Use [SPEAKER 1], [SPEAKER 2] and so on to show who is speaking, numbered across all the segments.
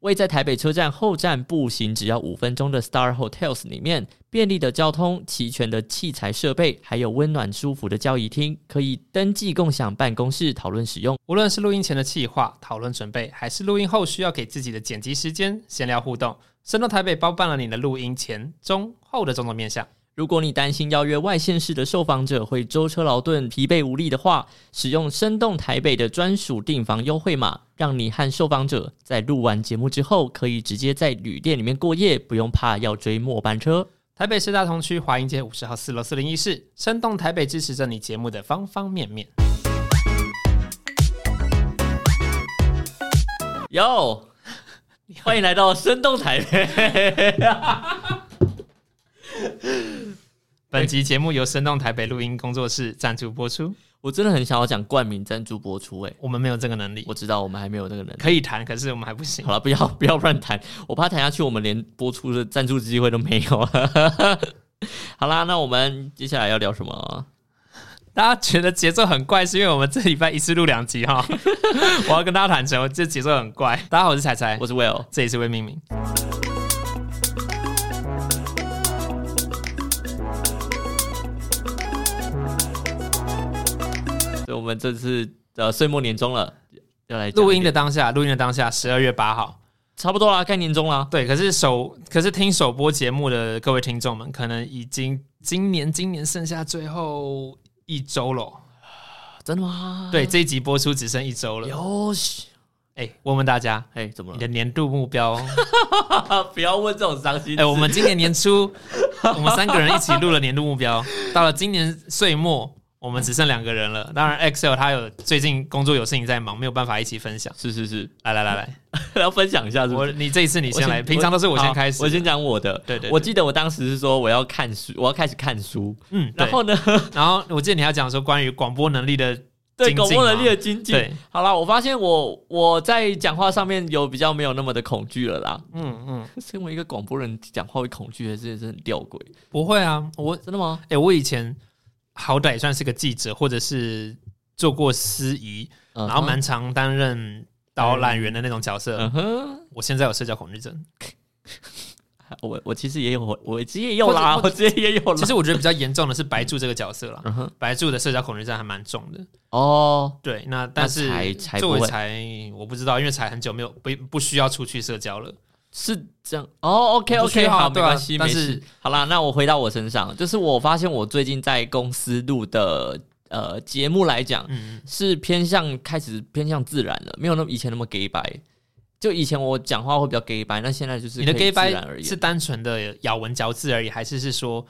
[SPEAKER 1] 位在台北车站后站步行只要五分钟的 Star Hotels 里面，便利的交通、齐全的器材设备，还有温暖舒服的交易厅，可以登记共享办公室讨论使用。
[SPEAKER 2] 无论是录音前的企划、讨论准备，还是录音后需要给自己的剪辑时间、闲聊互动，生动台北包办了你的录音前、中、后的种种面向。
[SPEAKER 1] 如果你担心邀约外县市的受访者会舟车劳顿、疲惫无力的话，使用生动台北的专属订房优惠码，让你和受访者在录完节目之后，可以直接在旅店里面过夜，不用怕要追末班车。
[SPEAKER 2] 台北市大同区华阴街五十号四楼四零一室，生动台北支持着你节目的方方面面。
[SPEAKER 1] 哟，欢迎来到生动台北。
[SPEAKER 2] 本集节目由生动台北录音工作室赞助播出。
[SPEAKER 1] 我真的很想要讲冠名赞助播出、欸，诶，
[SPEAKER 2] 我们没有这个能力，
[SPEAKER 1] 我知道我们还没有这个能力。
[SPEAKER 2] 可以谈，可是我们还不行
[SPEAKER 1] 好。了，不要 不要乱谈，我怕谈下去我们连播出的赞助机会都没有。 好啦，那我们接下来要聊什么？
[SPEAKER 2] 大家觉得节奏很怪，是因为我们这礼拜一次录两集哈。我要跟大家坦诚，我这节奏很怪。大家好，我是彩彩，
[SPEAKER 1] 我是 Will。
[SPEAKER 2] 这里是未命名。
[SPEAKER 1] 所以我们这次呃岁末年终了，要来讲
[SPEAKER 2] 录音
[SPEAKER 1] 一
[SPEAKER 2] 的
[SPEAKER 1] 点
[SPEAKER 2] 当下，录音的当下，十二月八号。
[SPEAKER 1] 差不多啦，该年终啦。
[SPEAKER 2] 对，可是首可是听首播节目的各位听众们，可能已经今年今年剩下最后一周了。
[SPEAKER 1] 真的吗？
[SPEAKER 2] 对，，这一集播出只剩一周了。
[SPEAKER 1] 嗯有西。
[SPEAKER 2] 哎、问问大家，
[SPEAKER 1] 哎，怎么
[SPEAKER 2] 你
[SPEAKER 1] 了？
[SPEAKER 2] 的年度目 标？
[SPEAKER 1] 不要问这种伤心
[SPEAKER 2] 哎、我们今年年初，我们三个人一起录了年度目标，到了今年岁末，我们只剩两个人了。当然，XL 他有最近工作有事情在忙，没有办法一起分享。
[SPEAKER 1] 是 是是，
[SPEAKER 2] 来来来来，
[SPEAKER 1] 要分享一下是不
[SPEAKER 2] 我
[SPEAKER 1] 是？
[SPEAKER 2] 你这一次你
[SPEAKER 1] 嗯我
[SPEAKER 2] 先来，平常都是我先开始
[SPEAKER 1] 好我先讲我的。
[SPEAKER 2] 对对对
[SPEAKER 1] 我记得我当时是说我要看书，我要开始看书。
[SPEAKER 2] 嗯，对
[SPEAKER 1] 然后呢，
[SPEAKER 2] 然后我记得你还讲说关于广播能力的
[SPEAKER 1] 对
[SPEAKER 2] 精进
[SPEAKER 1] 广播能力
[SPEAKER 2] 嘛
[SPEAKER 1] 的精进。
[SPEAKER 2] 对，
[SPEAKER 1] 好啦，我发现我我在讲话上面有比较没有那么的恐惧了啦。
[SPEAKER 2] 嗯嗯，
[SPEAKER 1] 身为一个广播人，讲话会恐惧的，真的是很吊诡。
[SPEAKER 2] 不会啊，我
[SPEAKER 1] 真的吗？
[SPEAKER 2] 哎、我以前好歹也算是个记者，或者是做过司仪，
[SPEAKER 1] 然
[SPEAKER 2] 然后蛮常担任导览员的那种角色。
[SPEAKER 1] 嗯哼，
[SPEAKER 2] 我现在有社交恐惧症，
[SPEAKER 1] 我我其实也有，我其实也有啦，
[SPEAKER 2] 或者
[SPEAKER 1] 我其实也有
[SPEAKER 2] 其
[SPEAKER 1] 啦。
[SPEAKER 2] 实我觉得比较严重的是白柱这个角色啦。
[SPEAKER 1] 嗯哼，
[SPEAKER 2] 白柱的社交恐惧症还蛮重的，
[SPEAKER 1] 哦，
[SPEAKER 2] 对。那但是
[SPEAKER 1] 那才才不
[SPEAKER 2] 作
[SPEAKER 1] 会
[SPEAKER 2] 为才，我不知道，因为才很久没有不不需要出去社交了。
[SPEAKER 1] 是这样。哦，OK
[SPEAKER 2] 不需
[SPEAKER 1] OK，
[SPEAKER 2] 要
[SPEAKER 1] 好，没
[SPEAKER 2] 对啊
[SPEAKER 1] 关系，
[SPEAKER 2] 但
[SPEAKER 1] 没
[SPEAKER 2] 是
[SPEAKER 1] 事。好啦，那我回到我身上，就是我发现我最近在公司录的呃节目来讲，
[SPEAKER 2] 嗯，
[SPEAKER 1] 是偏向开始偏向自然了，没有那么以前那么 gay 白。就以前我讲话会比较 gay 白，那现在就是
[SPEAKER 2] 你的
[SPEAKER 1] 可以
[SPEAKER 2] gay
[SPEAKER 1] 自然而
[SPEAKER 2] bye
[SPEAKER 1] 已。
[SPEAKER 2] 是单纯的咬文嚼字而已，还是是说，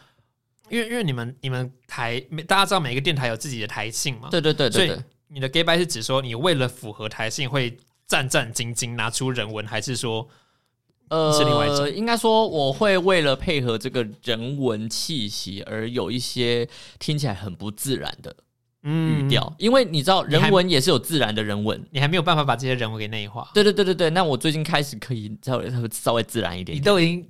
[SPEAKER 2] 因为因为你们你们台每大家知道每个电台有自己的台庆嘛，
[SPEAKER 1] 对对对对对
[SPEAKER 2] 所以。你的 gay bye 是指说你为了符合台性会战战兢兢拿出人文，还是说
[SPEAKER 1] 呃，
[SPEAKER 2] 是另外一种
[SPEAKER 1] 应该说，我会为了配合这个人文气息而有一些听起来很不自然的语
[SPEAKER 2] 嗯
[SPEAKER 1] 调，因为你知道，
[SPEAKER 2] 你还
[SPEAKER 1] 人文也是有自然的人文。
[SPEAKER 2] 你还没有办法把这些人文给内化？
[SPEAKER 1] 对对对对对，那我最近开始可以稍微稍微自然一点
[SPEAKER 2] 你
[SPEAKER 1] 点。
[SPEAKER 2] 都已经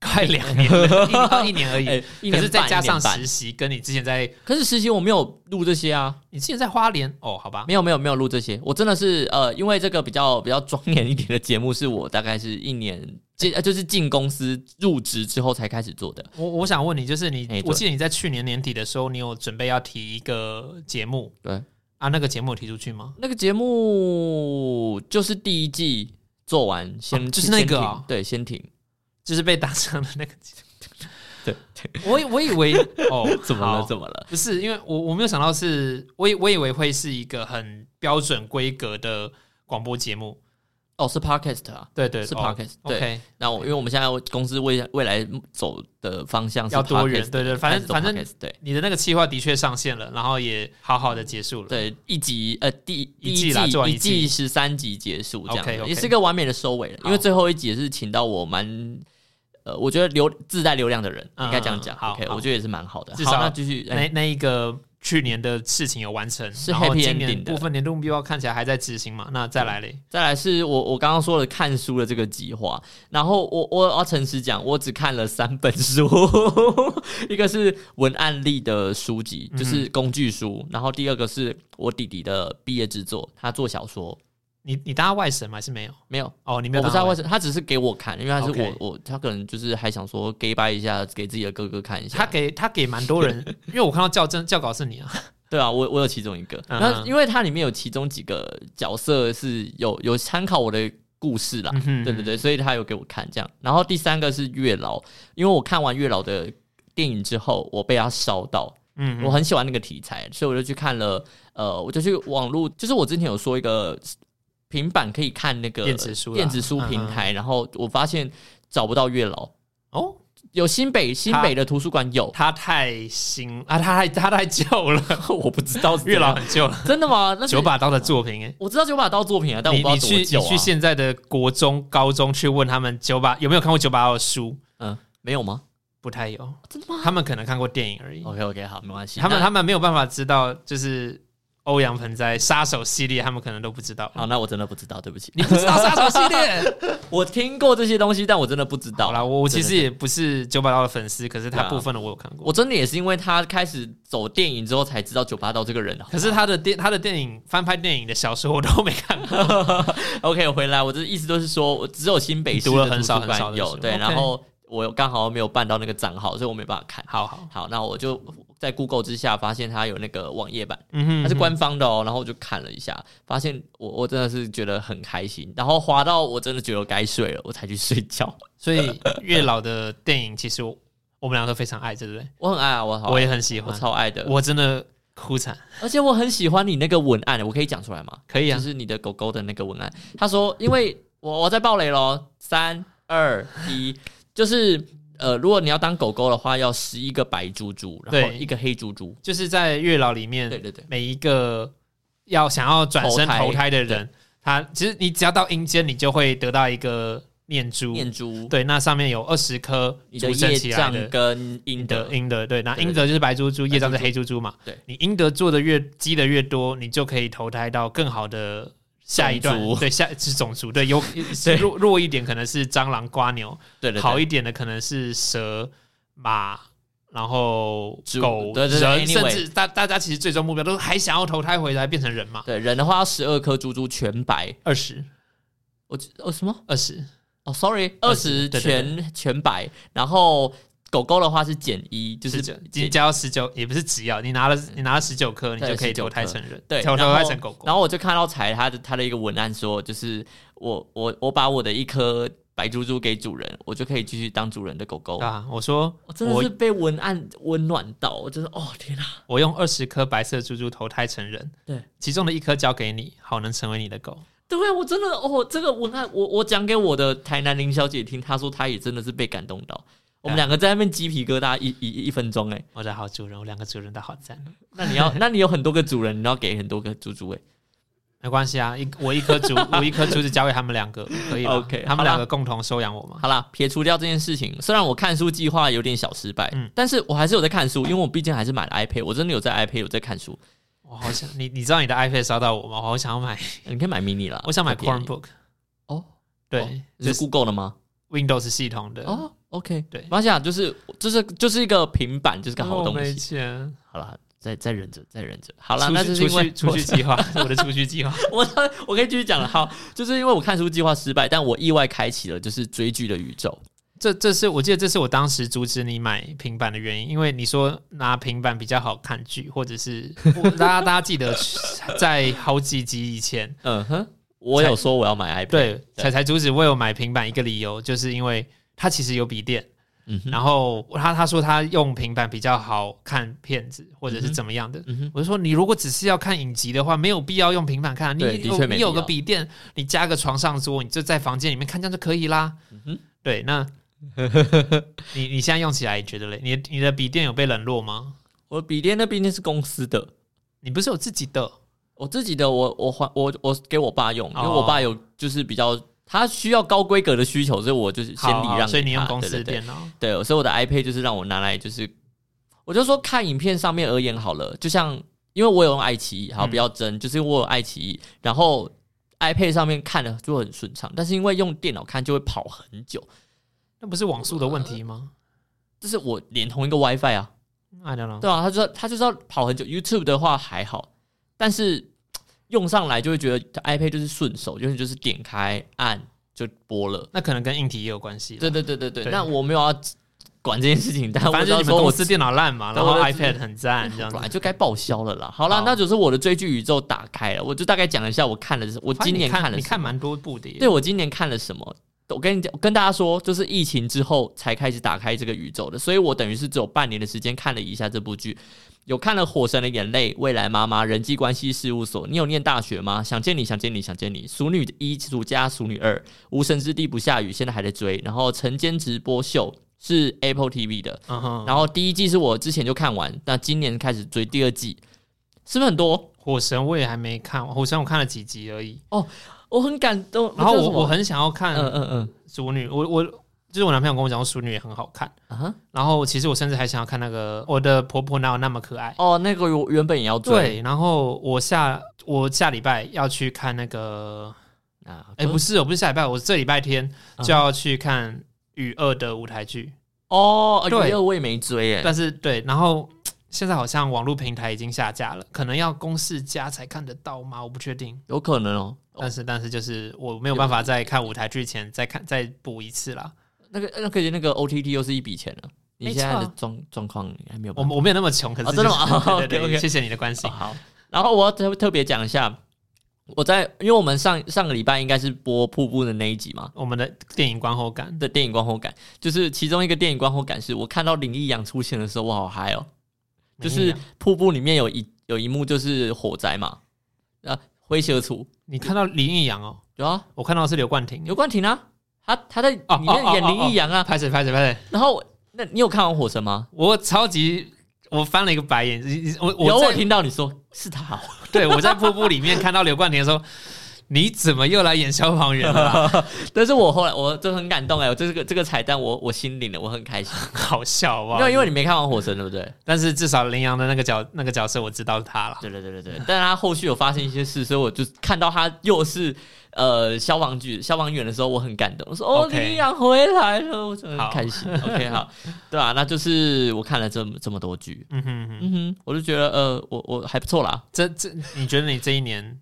[SPEAKER 2] 快两年了，一到一年而已。
[SPEAKER 1] 哎一
[SPEAKER 2] 可
[SPEAKER 1] 年
[SPEAKER 2] 是再
[SPEAKER 1] 半
[SPEAKER 2] 加
[SPEAKER 1] 一
[SPEAKER 2] 上
[SPEAKER 1] 年半
[SPEAKER 2] 实习，跟你之前在
[SPEAKER 1] 可是实习我没有录这些啊，
[SPEAKER 2] 你之前在花莲哦，好吧，
[SPEAKER 1] 没有没有没有录这些，我真的是呃，因为这个比较比较庄严一点的节目，是我大概是一年进呃就是进公司入职之后才开始做的。
[SPEAKER 2] 我我想问你，就是你，
[SPEAKER 1] 哎对
[SPEAKER 2] 我记得你在去年年底的时候，你有准备要提一个节目
[SPEAKER 1] 对，
[SPEAKER 2] 啊，那个节目有提出去吗？
[SPEAKER 1] 那个节目就是第一季做完先、
[SPEAKER 2] 哦就是那
[SPEAKER 1] 先
[SPEAKER 2] 个
[SPEAKER 1] 停
[SPEAKER 2] 哦
[SPEAKER 1] 对，先停。
[SPEAKER 2] 就是被打伤的那个节
[SPEAKER 1] 对，
[SPEAKER 2] 目。我以我以为哦
[SPEAKER 1] 怎么了？
[SPEAKER 2] 好
[SPEAKER 1] 怎么了？
[SPEAKER 2] 不是，因为我我没有想到是，我以我以为会是一个很标准规格的广播节目，
[SPEAKER 1] 哦，是 podcast 啊。
[SPEAKER 2] 对对
[SPEAKER 1] 是
[SPEAKER 2] 哦
[SPEAKER 1] podcast，对
[SPEAKER 2] OK，
[SPEAKER 1] 那我因为我们现在公司未未来走的方向是
[SPEAKER 2] 要多元
[SPEAKER 1] podcast，
[SPEAKER 2] 对对反
[SPEAKER 1] 开
[SPEAKER 2] 正
[SPEAKER 1] 始做
[SPEAKER 2] 反正
[SPEAKER 1] podcast，对
[SPEAKER 2] 你的那个计划的确上线了，然后也好好的结束了。
[SPEAKER 1] 对一集呃第第
[SPEAKER 2] 一
[SPEAKER 1] 季
[SPEAKER 2] 季啦做完
[SPEAKER 1] 一
[SPEAKER 2] 一季
[SPEAKER 1] 季十三集结束这样
[SPEAKER 2] OK，OK
[SPEAKER 1] 也是一个完美的收尾了。
[SPEAKER 2] 好
[SPEAKER 1] 因为最后一集也是请到我蛮呃，我觉得流自带流量的人，
[SPEAKER 2] 嗯
[SPEAKER 1] 应该这样讲。
[SPEAKER 2] 嗯好
[SPEAKER 1] OK，
[SPEAKER 2] 好
[SPEAKER 1] 我觉得也是蛮好的。
[SPEAKER 2] 至
[SPEAKER 1] 好，
[SPEAKER 2] 少
[SPEAKER 1] 那继续哎
[SPEAKER 2] 那那一个去年的事情有完成，
[SPEAKER 1] 是
[SPEAKER 2] 然后
[SPEAKER 1] happy
[SPEAKER 2] 今
[SPEAKER 1] ending
[SPEAKER 2] 年
[SPEAKER 1] 的
[SPEAKER 2] 部分年度目标看起来还在执行嘛？那再来嘞，
[SPEAKER 1] 再来是我我刚刚说的看书的这个计划，然后我我要诚实讲，我只看了三本书， 一个是文案力的书籍，
[SPEAKER 2] 嗯
[SPEAKER 1] 就是工具书，然后第二个是我弟弟的毕业制作，他做小说，
[SPEAKER 2] 你你搭外省吗？还是没有？
[SPEAKER 1] 没有，
[SPEAKER 2] 哦，你没
[SPEAKER 1] 我
[SPEAKER 2] 有
[SPEAKER 1] 不
[SPEAKER 2] 搭
[SPEAKER 1] 知道
[SPEAKER 2] 到
[SPEAKER 1] 为
[SPEAKER 2] 外
[SPEAKER 1] 什么，他只是给我看，因为他是
[SPEAKER 2] OK
[SPEAKER 1] 我我他可能就是还想说 gay 掰一下，给自己的哥哥看一下。
[SPEAKER 2] 他给他给蛮多人，因为我看到校正校稿是你啊，
[SPEAKER 1] 对啊，我我有其中一个，
[SPEAKER 2] 嗯
[SPEAKER 1] 那因为它里面有其中几个角色是有有参考我的故事啦，
[SPEAKER 2] 嗯哼
[SPEAKER 1] 对对对，所以他有给我看这样。然后第三个是月老，因为我看完月老的电影之后，我被他烧到，
[SPEAKER 2] 嗯
[SPEAKER 1] 我很喜欢那个题材，所以我就去看了，呃，我就去网络，就是我之前有说一个平板可以看那个
[SPEAKER 2] 电子书啦嗯
[SPEAKER 1] 电子书平台，然后我发现找不到月老，
[SPEAKER 2] 哦，
[SPEAKER 1] 有新北新北的图书馆 有，
[SPEAKER 2] 他太新啊，他太他太旧 了，
[SPEAKER 1] 我不知道是怎
[SPEAKER 2] 月老
[SPEAKER 1] 样
[SPEAKER 2] 很旧了，
[SPEAKER 1] 真的 吗？那是
[SPEAKER 2] 九把刀的作品哎。
[SPEAKER 1] 我知道九把刀作品啊，但我
[SPEAKER 2] 你
[SPEAKER 1] 不知道
[SPEAKER 2] 你
[SPEAKER 1] 多
[SPEAKER 2] 去
[SPEAKER 1] 久
[SPEAKER 2] 你
[SPEAKER 1] 啊。
[SPEAKER 2] 去现在的国中、高中去问他们九把有没有看过九把刀的书，
[SPEAKER 1] 嗯，没有吗？
[SPEAKER 2] 不太有，
[SPEAKER 1] 真的吗
[SPEAKER 2] 他们可能看过电影而已。
[SPEAKER 1] ？OK OK，好，没关系。
[SPEAKER 2] 他们
[SPEAKER 1] 那
[SPEAKER 2] 他们没有办法知道，就是欧阳盆栽杀手系列，他们可能都不知道。
[SPEAKER 1] 好，那我真的不知道，对不起。
[SPEAKER 2] 你不知道杀手 系列？
[SPEAKER 1] 我听过这些东西，但我真的不知道
[SPEAKER 2] 好。啦，我我其
[SPEAKER 1] 对
[SPEAKER 2] 实
[SPEAKER 1] 对
[SPEAKER 2] 也不是九把刀的粉丝，可是
[SPEAKER 1] 对
[SPEAKER 2] 他
[SPEAKER 1] 啊
[SPEAKER 2] 部分的我有看过。
[SPEAKER 1] 我真的也是因为他开始走电影之后才知道九把刀这个人的。啊
[SPEAKER 2] 可是他的电他的电影翻拍电影的小说我都没看过。
[SPEAKER 1] OK，回来，我的意思就是说，我只有新北市
[SPEAKER 2] 你读了
[SPEAKER 1] 的
[SPEAKER 2] 很
[SPEAKER 1] 图
[SPEAKER 2] 少
[SPEAKER 1] 书
[SPEAKER 2] 很少
[SPEAKER 1] 馆
[SPEAKER 2] 的
[SPEAKER 1] 有
[SPEAKER 2] 书
[SPEAKER 1] 对，
[SPEAKER 2] OK
[SPEAKER 1] 然后我刚好没有办到那个账号，所以我没办法看。
[SPEAKER 2] 好好，
[SPEAKER 1] 好，那我就在 Google 之下发现它有那个网页版。
[SPEAKER 2] 嗯哼
[SPEAKER 1] 它是官方的哦，然后我就看了一下，发现我我真的是觉得很开心，然后滑到我真的觉得我该睡了，我才去睡觉。
[SPEAKER 2] 所以月老的电影其实我我们两个都非常爱，对不对？
[SPEAKER 1] 我很爱啊，我好爱
[SPEAKER 2] 我也很喜
[SPEAKER 1] 我
[SPEAKER 2] 欢，
[SPEAKER 1] 超爱的，
[SPEAKER 2] 我真的哭惨。
[SPEAKER 1] 而且我很喜欢你那个文案，我可以讲出来吗？
[SPEAKER 2] 可以啊
[SPEAKER 1] 就，是你的狗狗的那个文案。他说，因为我我在暴雷喽，三二一，就是呃，如果你要当狗狗的话，要十一个白猪猪，然后
[SPEAKER 2] 对嗯
[SPEAKER 1] 一个黑猪猪。
[SPEAKER 2] 就是在月老里
[SPEAKER 1] 对
[SPEAKER 2] 面，
[SPEAKER 1] 对对，
[SPEAKER 2] 每一个要想要转身
[SPEAKER 1] 投胎
[SPEAKER 2] 投胎的人，他其实你只要到阴间，你就会得到一个念珠。
[SPEAKER 1] 念珠，
[SPEAKER 2] 对，那上面有二十颗
[SPEAKER 1] 你的
[SPEAKER 2] 主升
[SPEAKER 1] 业
[SPEAKER 2] 起来
[SPEAKER 1] 障
[SPEAKER 2] 的
[SPEAKER 1] 跟阴
[SPEAKER 2] 阴
[SPEAKER 1] 德
[SPEAKER 2] 德，阴德，对，那
[SPEAKER 1] 对对
[SPEAKER 2] 阴德就是白猪猪，业障
[SPEAKER 1] 白猪
[SPEAKER 2] 是
[SPEAKER 1] 猪
[SPEAKER 2] 黑猪猪嘛。
[SPEAKER 1] 对，
[SPEAKER 2] 你阴德做的越积的越多，你就可以投胎到更好的下一段
[SPEAKER 1] 种族，
[SPEAKER 2] 对，下是种族，对，有 是弱弱一点可能是蟑螂、瓜牛，
[SPEAKER 1] 对对对，
[SPEAKER 2] 好一点的可能是蛇、马。然后
[SPEAKER 1] 猪
[SPEAKER 2] 狗、
[SPEAKER 1] 对对对
[SPEAKER 2] 人，甚
[SPEAKER 1] anyway
[SPEAKER 2] 至大大家其实最终目标都是还想要投胎回来变成人嘛？
[SPEAKER 1] 对人的话要十二颗猪猪全白，
[SPEAKER 2] 二十，
[SPEAKER 1] 我哦什么？
[SPEAKER 2] 二十，
[SPEAKER 1] 哦，sorry，二十
[SPEAKER 2] 20对对
[SPEAKER 1] 全全白，然然后狗狗的话是减一，就
[SPEAKER 2] 就是是你只要十九，也不是只要，你拿了你拿了十九颗，你就可以投胎成人，
[SPEAKER 1] 对，
[SPEAKER 2] 投
[SPEAKER 1] 然后
[SPEAKER 2] 投胎成狗狗。
[SPEAKER 1] 然后我就看到才他的他的一个文案说，就是我我我把我的一颗白猪猪给主人，我就可以继续当主人的狗狗。
[SPEAKER 2] 啊，我说
[SPEAKER 1] 我真的
[SPEAKER 2] 我
[SPEAKER 1] 是被文案温暖到，我真的哦天啊！
[SPEAKER 2] 我用二十颗白色珠珠投胎成人，
[SPEAKER 1] 对，
[SPEAKER 2] 其中的一颗交给你，好能成为你的狗。
[SPEAKER 1] 对啊，我真的哦，这个文案我我讲给我的台南林小姐听，她说她也真的是被感动到。我
[SPEAKER 2] 啊
[SPEAKER 1] 们两个在那边鸡皮疙瘩一一一一分钟哎、
[SPEAKER 2] 我的好主人，我两个主人都好赞，
[SPEAKER 1] 那 你要那你有很多个主人，你要给很多个猪猪哎、
[SPEAKER 2] 没关系啊，一我一颗 珠，我一颗珠子交给他们两个，可以吧
[SPEAKER 1] OK，好啦
[SPEAKER 2] 他们两个共同收养我嘛。
[SPEAKER 1] 好啦，撇除掉这件事情，虽然我看书计划有点小失败，
[SPEAKER 2] 嗯
[SPEAKER 1] 但是我还是有在看书，因为我毕竟还是买了 iPad，我真的有在 iPad 有在看书。
[SPEAKER 2] 我好想你，你知道你的 iPad 烧到我吗？我好想要 买，
[SPEAKER 1] 你可以买 mini 啦，
[SPEAKER 2] 我想买
[SPEAKER 1] 特便宜
[SPEAKER 2] Chromebook，
[SPEAKER 1] 哦，哦
[SPEAKER 2] 对，
[SPEAKER 1] 你
[SPEAKER 2] 就是是
[SPEAKER 1] Google 的吗？
[SPEAKER 2] Windows 系统的。
[SPEAKER 1] 哦，OK，
[SPEAKER 2] 对 Oh
[SPEAKER 1] 没关系啊，就是就是就是一个平板，就是个好
[SPEAKER 2] 我
[SPEAKER 1] 东
[SPEAKER 2] 哦没
[SPEAKER 1] 西。
[SPEAKER 2] 钱。
[SPEAKER 1] 好啦，再再忍着，再忍着。好啦，
[SPEAKER 2] 储
[SPEAKER 1] 那
[SPEAKER 2] 蓄
[SPEAKER 1] 就是因为
[SPEAKER 2] 储蓄储蓄计划， 我的储蓄计划。
[SPEAKER 1] 我 我我可以继续讲了。好，就是因为我看书计划失败，但我意外开启了就是追剧的宇宙。
[SPEAKER 2] 这这是我记得这是我当时阻止你买平板的原因，因为你说拿平板比较好看剧，或者是我大家大家记得在好几集以前，
[SPEAKER 1] 嗯哼，我有说我要买 iPad，
[SPEAKER 2] 对，才才阻止我有买平板一个理由，就是因为他其实有笔电，
[SPEAKER 1] 嗯哼，
[SPEAKER 2] 然后他他说他用平板比较好看片子，或者是怎么样的。
[SPEAKER 1] 嗯哼，
[SPEAKER 2] 我就说，你如果只是要看影集的话，没有必要用平板看。你
[SPEAKER 1] 对的
[SPEAKER 2] 有
[SPEAKER 1] 确没
[SPEAKER 2] 你
[SPEAKER 1] 必
[SPEAKER 2] 有个
[SPEAKER 1] 要
[SPEAKER 2] 笔电，你加个床上桌，你就在房间里面看，这样就可以啦。
[SPEAKER 1] 嗯哼
[SPEAKER 2] 对， 那你你现在用起来，你觉得嘞？你的你的笔电有被冷落吗？
[SPEAKER 1] 我笔电那毕竟是公司的，
[SPEAKER 2] 你不是有自己的？
[SPEAKER 1] 我自己的我我还我我给我爸用，因为
[SPEAKER 2] 哦
[SPEAKER 1] 我爸有就是比较他需要高规格的需求，所以我就是先礼
[SPEAKER 2] 好
[SPEAKER 1] 让给他，
[SPEAKER 2] 所以你用公司
[SPEAKER 1] 对对
[SPEAKER 2] 的
[SPEAKER 1] 对
[SPEAKER 2] 电脑。
[SPEAKER 1] 对，所以我的 iPad 就是让我拿来就是，我就说看影片上面而言好了，就像因为我有用爱奇艺，好
[SPEAKER 2] 嗯
[SPEAKER 1] 不要争，就是因为我有爱奇艺，然后 iPad 上面看的就很顺畅，但是因为用电脑看就会跑很久，
[SPEAKER 2] 那不是网速的问题吗
[SPEAKER 1] 这是我连同一个 WiFi 啊，
[SPEAKER 2] ？I don't know。
[SPEAKER 1] 对啊，他就要他就是要跑很久。YouTube 的话还好，但是用上来就会觉得 iPad 就是顺手，就是就是点开按就播了。
[SPEAKER 2] 那可能跟硬体也有关系啦。
[SPEAKER 1] 对对对对对，
[SPEAKER 2] 对
[SPEAKER 1] 那我没有要管这件事情，但我
[SPEAKER 2] 反
[SPEAKER 1] 知
[SPEAKER 2] 正
[SPEAKER 1] 道
[SPEAKER 2] 就是你
[SPEAKER 1] 说
[SPEAKER 2] 们
[SPEAKER 1] 我
[SPEAKER 2] 公司电脑烂嘛，
[SPEAKER 1] 但
[SPEAKER 2] 然
[SPEAKER 1] 我
[SPEAKER 2] 后
[SPEAKER 1] 就知
[SPEAKER 2] iPad 很赞这样子
[SPEAKER 1] 本。来就该报销了啦。好啦，
[SPEAKER 2] 好
[SPEAKER 1] 那就是我的追剧宇宙打开了，我就大概讲一下我看了，我
[SPEAKER 2] 反正
[SPEAKER 1] 今年
[SPEAKER 2] 你看
[SPEAKER 1] 了
[SPEAKER 2] 你
[SPEAKER 1] 什
[SPEAKER 2] 看
[SPEAKER 1] 么。
[SPEAKER 2] 蛮多部的耶。
[SPEAKER 1] 对，我今年看了什么？我跟你讲，我跟大家说，就是疫情之后才开始打开这个宇宙的，所以我等于是只有半年的时间看了一下这部剧，有看了《火神的眼泪》《未来妈妈》《人际关系事务所》。你有念大学吗？想见你，想见你，想见你。《熟女一》《暑假熟女二》《无神之地不下雨》，现在还在追。然后晨间直播秀是 Apple TV 的，
[SPEAKER 2] 嗯哼，
[SPEAKER 1] 然后第一季是我之前就看完，那今年开始追第二季，是不是很多？
[SPEAKER 2] 火神我也还没看，火神我看了几集而已。
[SPEAKER 1] 我很感动。
[SPEAKER 2] 然后
[SPEAKER 1] 这
[SPEAKER 2] 我
[SPEAKER 1] 是什么
[SPEAKER 2] 我很想要看
[SPEAKER 1] 嗯嗯嗯
[SPEAKER 2] 淑女，我我就是我男朋友跟我讲，淑女也很好看。
[SPEAKER 1] 啊哈
[SPEAKER 2] 然后其实我甚至还想要看那个我的婆婆哪有那么可爱。
[SPEAKER 1] 哦，那个我原本也要追
[SPEAKER 2] 对，然后我下我下礼拜要去看那个，
[SPEAKER 1] 啊，
[SPEAKER 2] 哎，不
[SPEAKER 1] 是
[SPEAKER 2] 是，我不是下礼拜，我这礼拜天
[SPEAKER 1] 嗯
[SPEAKER 2] 就要去看《雨二》的舞台剧。
[SPEAKER 1] 哦，
[SPEAKER 2] 对
[SPEAKER 1] 对，我也没追哎，
[SPEAKER 2] 但是对，然后现在好像网络平台已经下架了，可能要公示家才看得到吗？我不确定。
[SPEAKER 1] 有可能哦。哦
[SPEAKER 2] 但是但是就是我没有办法在看舞台剧前再看再补一次啦。
[SPEAKER 1] 那个那个那个 OTT 又是一笔钱了，你
[SPEAKER 2] 没
[SPEAKER 1] 现在的
[SPEAKER 2] 错
[SPEAKER 1] 状状况还没有
[SPEAKER 2] 我
[SPEAKER 1] 办法。
[SPEAKER 2] 我没有那么穷，可是、
[SPEAKER 1] 哦 真的吗
[SPEAKER 2] 对对对
[SPEAKER 1] OK，OK
[SPEAKER 2] 谢谢你的关心。
[SPEAKER 1] 好，然后我要特特别讲一下，我在因为我们上上个礼拜应该是播瀑布的那一集嘛，
[SPEAKER 2] 我们的电影观后感，
[SPEAKER 1] 的电影观后感，就是其中一个电影观后感是我看到林益阳出现的时候，我好嗨哦！就
[SPEAKER 2] 林益
[SPEAKER 1] 是
[SPEAKER 2] 阳
[SPEAKER 1] 瀑布里面有一有一幕就是火灾嘛，啊，灰蛇处
[SPEAKER 2] 你看到林益阳哦，
[SPEAKER 1] 有啊，
[SPEAKER 2] 我看到的是刘冠廷，
[SPEAKER 1] 刘冠廷啊，他他在
[SPEAKER 2] 哦
[SPEAKER 1] 里面演林益阳啊，
[SPEAKER 2] 拍谁拍谁拍谁，
[SPEAKER 1] 然后那你有看完火神吗？
[SPEAKER 2] 我超级。我翻了一个白眼， 我
[SPEAKER 1] 有啊
[SPEAKER 2] 我
[SPEAKER 1] 我
[SPEAKER 2] 在
[SPEAKER 1] 听到你说是 他哦，
[SPEAKER 2] 对我在瀑布里面看到刘冠廷的时候，你怎么又来演消防员了啊、
[SPEAKER 1] 但是我后来我就很感动哎，我这个这个彩蛋我我心领了，我很开心，
[SPEAKER 2] 好笑哇！
[SPEAKER 1] 因为因为你没看完火神对不对？
[SPEAKER 2] 但是至少羚羊的那个角那个角色我知道他了。
[SPEAKER 1] 对对对对对，但是他后续有发生一些事，所以我就看到他又是呃消防局消防员的时候，我很感动，我说哦，
[SPEAKER 2] OK
[SPEAKER 1] 林阳回来了，我真的
[SPEAKER 2] 好
[SPEAKER 1] 很开心。OK，好， 对啊，那就是我看了这么这么多剧，
[SPEAKER 2] 嗯哼哼，
[SPEAKER 1] 嗯哼，我就觉得呃，我我还不错啦，
[SPEAKER 2] 这这你觉得你这一年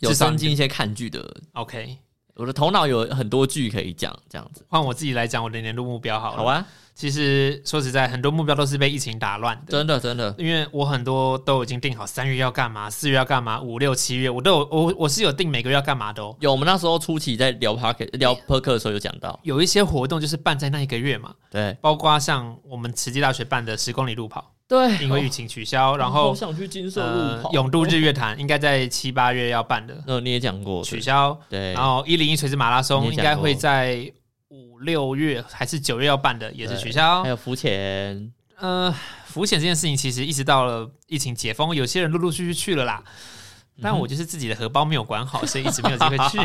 [SPEAKER 1] 有
[SPEAKER 2] 至少
[SPEAKER 1] 增进一些看剧的，
[SPEAKER 2] OK？
[SPEAKER 1] 我的头脑有很多剧可以讲，这样子，
[SPEAKER 2] 换我自己来讲我的年度目标好了。
[SPEAKER 1] 好啊，
[SPEAKER 2] 其实说实在，很多目标都是被疫情打乱的。
[SPEAKER 1] 真的真的，
[SPEAKER 2] 因为我很多都已经定好，三月要干嘛，四月要干嘛，五六七月我都有我我是有定每个月要干嘛的哦。
[SPEAKER 1] 有我们那时候初期在聊 p a r k 聊 p e r k 的时候有讲到，
[SPEAKER 2] 有一些活动就是办在那一个月嘛，
[SPEAKER 1] 对
[SPEAKER 2] 包括像我们慈济大学办的十公里路跑，
[SPEAKER 1] 对
[SPEAKER 2] 因为疫情取消，哎然
[SPEAKER 1] 我
[SPEAKER 2] 后
[SPEAKER 1] 想去金色路
[SPEAKER 2] 呃
[SPEAKER 1] 跑，
[SPEAKER 2] 永渡日月潭应该在七八月要办的
[SPEAKER 1] 呃你也讲过，
[SPEAKER 2] 取消，
[SPEAKER 1] 对
[SPEAKER 2] 然后一零一垂直马拉
[SPEAKER 1] 哎你
[SPEAKER 2] 松
[SPEAKER 1] 也
[SPEAKER 2] 应
[SPEAKER 1] 讲
[SPEAKER 2] 该会在五六月还是九月要办的，也是取消
[SPEAKER 1] 还。有浮潜。
[SPEAKER 2] 呃，浮潜这件事情其实一直到了疫情解封，有些人陆陆续续去了啦。
[SPEAKER 1] 嗯
[SPEAKER 2] 但我就是自己的荷包没有管好，所以一直没有机会 去。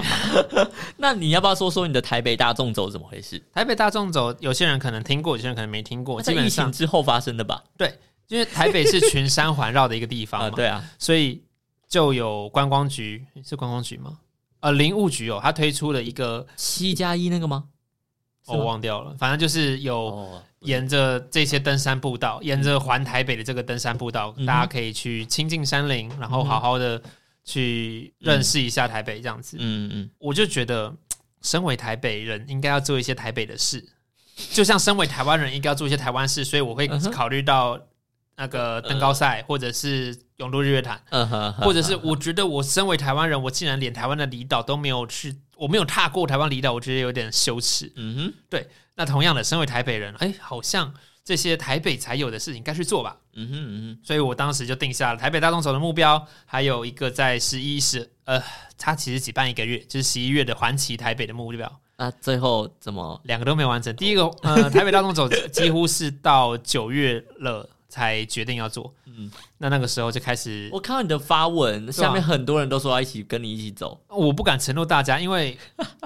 [SPEAKER 1] 那你要不要说说你的台北大众走怎么回事？
[SPEAKER 2] 台北大众走，有些人可能听过，有些人可能没听过。
[SPEAKER 1] 在
[SPEAKER 2] 基
[SPEAKER 1] 疫
[SPEAKER 2] 本
[SPEAKER 1] 情
[SPEAKER 2] 上，
[SPEAKER 1] 之后发生的吧？
[SPEAKER 2] 因为台北是群山环绕的一个地 方
[SPEAKER 1] 啊，
[SPEAKER 2] 嘛，
[SPEAKER 1] 对啊，
[SPEAKER 2] 所以就有观光局是观光局吗？呃，林务局哦，他推出了一个，
[SPEAKER 1] 七加一那个吗？是
[SPEAKER 2] 哦
[SPEAKER 1] 吗
[SPEAKER 2] 我忘掉了，反正就是有
[SPEAKER 1] 哦，
[SPEAKER 2] 沿着这些登山步道，沿着环台北的这个登山步道，
[SPEAKER 1] 嗯嗯哼
[SPEAKER 2] 大家可以去亲近山林，然后好好的去认识一下台北这样子。
[SPEAKER 1] 嗯嗯，
[SPEAKER 2] 我就觉得，嘖身为台北人，应该要做一些台北的事，就像身为台湾人，应该要做一些台湾事。所以我会
[SPEAKER 1] 嗯哼
[SPEAKER 2] 考虑到那个登高赛，或者是永渡日月 潭，
[SPEAKER 1] 嗯哼，
[SPEAKER 2] 或者是我觉得我身为台湾人，我竟然连台湾的离岛都没有去，我没有踏过台湾离岛，我觉得有点羞耻。
[SPEAKER 1] 嗯哼，
[SPEAKER 2] 那同样的，身为台北人，哎，好像这些台北才有的事情该去做吧。
[SPEAKER 1] 嗯哼嗯
[SPEAKER 2] 所以我当时就定下了台北大众走的目标，还有一个在十一十呃，它其实只办一个月，就是十一月的环骑台北的目标，
[SPEAKER 1] 哼，那啊最后怎么？
[SPEAKER 2] 两个都没有完成。第一个 呃，台北大众走几乎是到九月了才决定要做，
[SPEAKER 1] 嗯
[SPEAKER 2] 嗯，那那个时候就开始，
[SPEAKER 1] 我看到你的发
[SPEAKER 2] 啊
[SPEAKER 1] 文，下面很多人都说要一起跟你一起走，
[SPEAKER 2] 我不敢承诺大家，因为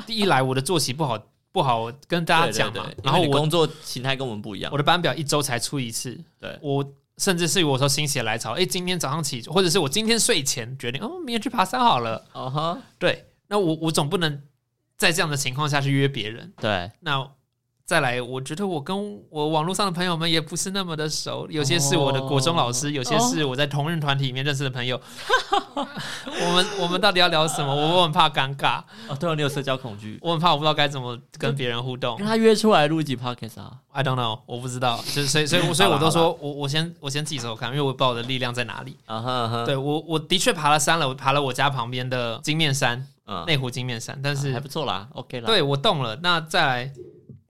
[SPEAKER 2] 第一来我的作息不好不好跟大家
[SPEAKER 1] 对对
[SPEAKER 2] 讲嘛，
[SPEAKER 1] 对
[SPEAKER 2] 然后
[SPEAKER 1] 因为你
[SPEAKER 2] 我
[SPEAKER 1] 工作形态跟我们不一样
[SPEAKER 2] 我，的班表一周才出一次，
[SPEAKER 1] 对
[SPEAKER 2] 我甚至是我说心血来潮，哎、今天早上起，或者是我今天睡前决定，哦，明天去爬山好了。
[SPEAKER 1] 哦哈，
[SPEAKER 2] 对，那我我总不能在这样的情况下去约别人。
[SPEAKER 1] 对，
[SPEAKER 2] 那再来，我觉得我跟我网络上的朋友们也不是那么的熟，有些是我的国中老师，有些是我在同人团体里面认识的朋友。我们我们到底要聊什么？我很怕尴尬，
[SPEAKER 1] 哦，对哦，你有社交恐惧，
[SPEAKER 2] 我很怕我不知道该怎么跟别人互动
[SPEAKER 1] 哦跟。他约出来录一集 podcast 啊，
[SPEAKER 2] I don't know，我不知道，就是所以所以 我所以我
[SPEAKER 1] 好啦
[SPEAKER 2] 都说我我先我先自己手看，因为我不知道我的力量在哪里。
[SPEAKER 1] 啊哈啊哈，
[SPEAKER 2] 对我我的确爬了山了，我爬了我家旁边的金面山，
[SPEAKER 1] 嗯，
[SPEAKER 2] 内湖金面山，但是
[SPEAKER 1] 啊还不错啦，OK 啦，
[SPEAKER 2] 对我动了。那再来，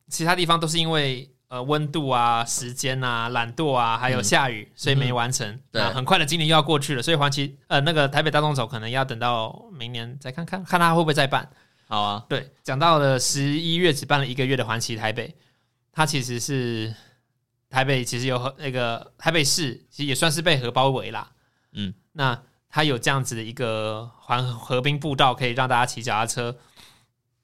[SPEAKER 2] 其他地方都是因为呃温度啊、时间啊、懒惰啊，还有下雨，所以没完成。
[SPEAKER 1] 嗯对
[SPEAKER 2] 那很快的今年又要过去了，所以环期呃那个台北大众走可能要等到明年再看看，看他会不会再办。
[SPEAKER 1] 好啊，
[SPEAKER 2] 对，讲到了十一月只办了一个月的环旗台北，它其实是台北其实有和那个台北市其实也算是被河包围啦。
[SPEAKER 1] 嗯，
[SPEAKER 2] 那它有这样子的一个环河滨步道，可以让大家骑脚踏车。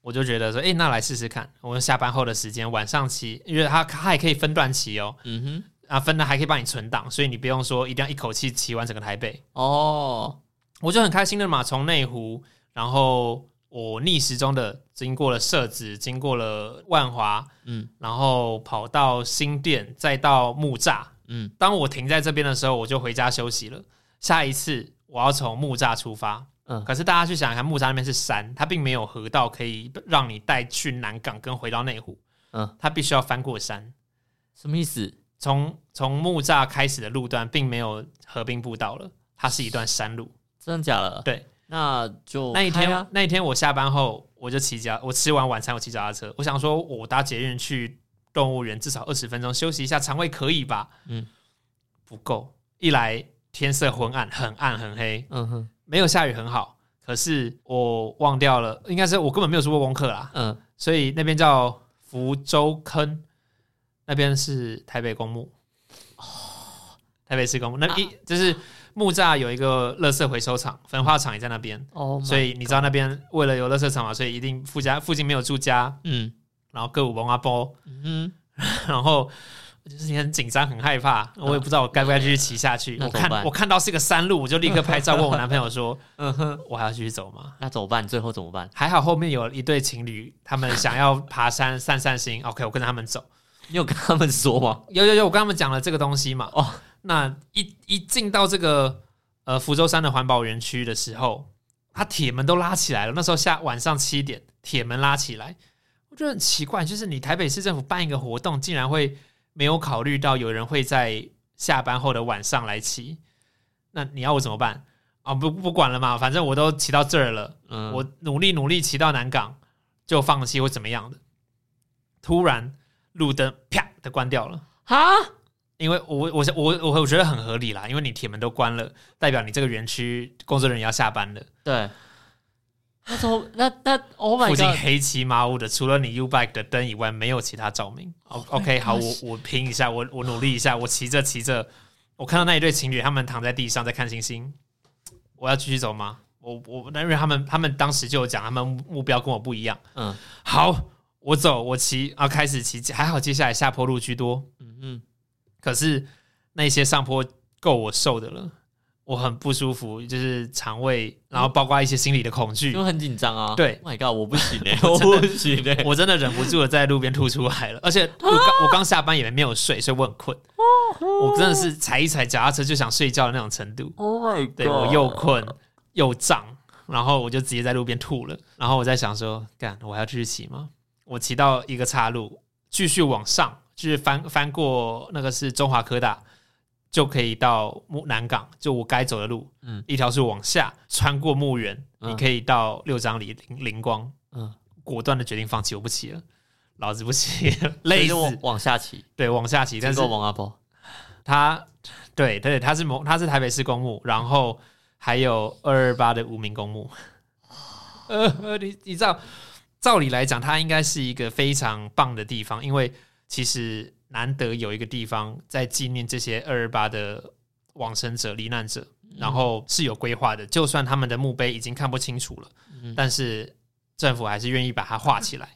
[SPEAKER 2] 我就觉得说，诶，那来试试看。我们下班后的时间晚上骑，因为它它还可以分段骑哦，
[SPEAKER 1] 嗯
[SPEAKER 2] 啊，分段还可以帮你存档，所以你不用说一定要一口气骑完整个台北。
[SPEAKER 1] 哼，哦，
[SPEAKER 2] 我就很开心的嘛，从内湖，然后我逆时钟的经过了社子，经过了万华，
[SPEAKER 1] 嗯
[SPEAKER 2] 然后跑到新店，再到木栅。
[SPEAKER 1] 嗯，
[SPEAKER 2] 当我停在这边的时候，我就回家休息了。下一次我要从木栅出发，
[SPEAKER 1] 嗯
[SPEAKER 2] 可是大家去想想看，木栅那边是山，它并没有河道可以让你带去南港跟回到内湖，
[SPEAKER 1] 嗯，
[SPEAKER 2] 它必须要翻过山。
[SPEAKER 1] 什么意思？
[SPEAKER 2] 从从木栅开始的路段并没有河滨步道了，它是一段山路。
[SPEAKER 1] 真的假的？
[SPEAKER 2] 对，
[SPEAKER 1] 那就
[SPEAKER 2] 那一
[SPEAKER 1] 开
[SPEAKER 2] 天、
[SPEAKER 1] 啊，
[SPEAKER 2] 那一天我下班后，我就骑脚，我吃完晚餐我骑脚踏车，我想说我搭捷运去动物园至少二十分钟休息一下，肠胃可以吧？
[SPEAKER 1] 嗯
[SPEAKER 2] 嗯，不够，一来天色昏暗，很暗很黑，
[SPEAKER 1] 嗯哼，
[SPEAKER 2] 没有下雨很好，可是我忘掉了，应该是我根本没有做过功课啦，
[SPEAKER 1] 嗯，
[SPEAKER 2] 所以那边叫福州坑，那边是台北公墓，
[SPEAKER 1] 哦
[SPEAKER 2] 台北市公墓，那一、就是木栅有一个垃圾回收厂，焚化厂也在那边。
[SPEAKER 1] 哦，
[SPEAKER 2] 所以你知道那边为了有垃圾场嘛，所以一定附加附近没有住家，
[SPEAKER 1] 嗯
[SPEAKER 2] 然后歌舞文化包，
[SPEAKER 1] 嗯
[SPEAKER 2] 然后我就是很紧张很害怕，我也不知道我该不该继续骑下去。
[SPEAKER 1] 嗯那
[SPEAKER 2] 我
[SPEAKER 1] 怎么办
[SPEAKER 2] 看我看到是个山路，我就立刻拍照问我男朋友说
[SPEAKER 1] 哼 嗯哼，：“
[SPEAKER 2] 我还要继续走吗
[SPEAKER 1] 那怎么办？最后怎么办？？”
[SPEAKER 2] 还好后面有一对情侣，他们想要爬山散散心。OK，我跟着他们走。
[SPEAKER 1] 你有跟他们说吗？
[SPEAKER 2] 有有有，我跟他们讲了这个东西嘛。
[SPEAKER 1] 哦
[SPEAKER 2] 哦，那一一进到这个呃福州山的环保园区的时候，它铁门都拉起来了。那时候下晚上七点，铁门拉起来，我觉得很奇怪，就是你台北市政府办一个活动，竟然会没有考虑到有人会在下班后的晚上来骑，那你要我怎么办？啊，不不管了嘛，反正我都骑到这儿了。
[SPEAKER 1] 嗯，
[SPEAKER 2] 我努力努力骑到南港就放弃或怎么样的，突然路灯啪的关掉了，
[SPEAKER 1] 哈，
[SPEAKER 2] 因为我我我我我觉得很合理啦，因为你铁门都关了，代表你这个园区工作人员要下班了，
[SPEAKER 1] 对，那怎么那那 Oh my
[SPEAKER 2] 附近
[SPEAKER 1] God，
[SPEAKER 2] 黑漆麻乌的，除了你 U bike 的灯以外，没有其他照明。O
[SPEAKER 1] my
[SPEAKER 2] OK，好，我
[SPEAKER 1] gosh
[SPEAKER 2] 我拼一下，我我努力一下，我骑着骑着，我看到那一对情侣，他们躺在地上在看星星，我要继续走吗？我我那因为他们他们当时就有讲，他们目标跟我不一样。
[SPEAKER 1] 嗯
[SPEAKER 2] 好，我走，我骑啊，开始骑，还好接下来下坡路居多，
[SPEAKER 1] 嗯嗯，
[SPEAKER 2] 可是那些上坡够我受的了，我很不舒服，就是肠胃，然后包括一些心理的恐惧，
[SPEAKER 1] 就很紧张啊。
[SPEAKER 2] 对
[SPEAKER 1] ，Oh my God，我不行哎， 我不行哎，
[SPEAKER 2] 我真的忍不住的在路边吐出来了，而且我刚我刚下班也没有睡，所以我很困，我真的是踩一踩脚踏车就想睡觉的那种程度，
[SPEAKER 1] Oh my God！
[SPEAKER 2] 对我又困又胀，然后我就直接在路边吐了。然后我在想说，干，我还要继续骑吗？我骑到一个岔路，继续往上，就是翻翻过那个是中华科大，就可以到木南港，就我该走的路。
[SPEAKER 1] 嗯
[SPEAKER 2] 嗯，一条是往下，穿过墓园，
[SPEAKER 1] 嗯
[SPEAKER 2] 你可以到六张里灵灵光。
[SPEAKER 1] 嗯
[SPEAKER 2] 嗯，果断的决定放弃，我不骑了。老子不骑了，
[SPEAKER 1] 所
[SPEAKER 2] 累
[SPEAKER 1] 以就往
[SPEAKER 2] 死。
[SPEAKER 1] 往下骑，
[SPEAKER 2] 对，往下骑，但
[SPEAKER 1] 结
[SPEAKER 2] 是
[SPEAKER 1] 果往阿波，
[SPEAKER 2] 他对对，他是某他是台北市公墓，然后还有二二八的无名公墓。 呃，呃你你知道，照理来讲，它应该是一个非常棒的地方，因为其实难得有一个地方在纪念这些二二八的往生者、罹难者，然后是有规划的。就算他们的墓碑已经看不清楚了，
[SPEAKER 1] 嗯
[SPEAKER 2] 但是政府还是愿意把它画起来。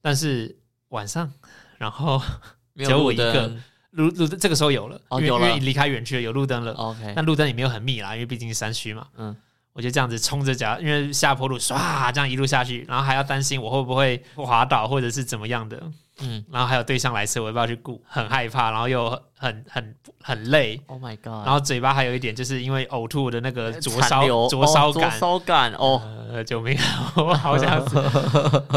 [SPEAKER 2] 但是晚上，然后
[SPEAKER 1] 没有
[SPEAKER 2] 只有
[SPEAKER 1] 路
[SPEAKER 2] 我一个
[SPEAKER 1] 灯
[SPEAKER 2] 路路灯这个时候有了，
[SPEAKER 1] 哦
[SPEAKER 2] 因为
[SPEAKER 1] 有了
[SPEAKER 2] 因为离开园区了，有路灯了。
[SPEAKER 1] OK，
[SPEAKER 2] 但路灯也没有很密啦，因为毕竟是山区嘛。
[SPEAKER 1] 嗯
[SPEAKER 2] 嗯，我就这样子冲着脚，因为下坡路唰这样一路下去，然后还要担心我会不会滑倒或者是怎么样的，
[SPEAKER 1] 嗯
[SPEAKER 2] 然后还有对象来车，我要不要去顾？很害怕，然后又很很很累，
[SPEAKER 1] ，Oh my
[SPEAKER 2] 然
[SPEAKER 1] God，呃
[SPEAKER 2] 后嘴巴还有一点就是因为呕吐的那个灼烧
[SPEAKER 1] 残留
[SPEAKER 2] 灼烧感
[SPEAKER 1] 哦，灼，烧感哦，
[SPEAKER 2] 呃，救命！我好想 死。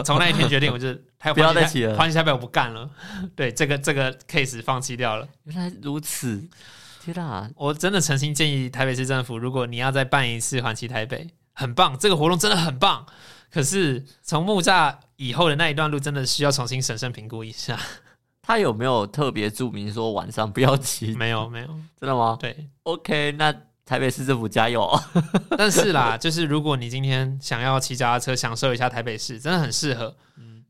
[SPEAKER 2] 从那一天决定，我就太
[SPEAKER 1] 不要再提了
[SPEAKER 2] 环下边我不干了。对，这个这个 case 放弃掉了。
[SPEAKER 1] 原来如此，天啊，
[SPEAKER 2] 我真的诚心建议台北市政府，如果你要再办一次环期台北，很棒，这个活动真的很棒。可是从木栅以后的那一段路，真的需要重新审慎评估一下。
[SPEAKER 1] 他有没有特别注明说晚上不要骑？
[SPEAKER 2] 没有，没有，
[SPEAKER 1] 真的吗
[SPEAKER 2] 对。
[SPEAKER 1] ？OK，那台北市政府加油。
[SPEAKER 2] 但是啦，就是如果你今天想要骑脚踏车享受一下台北市，真的很适合。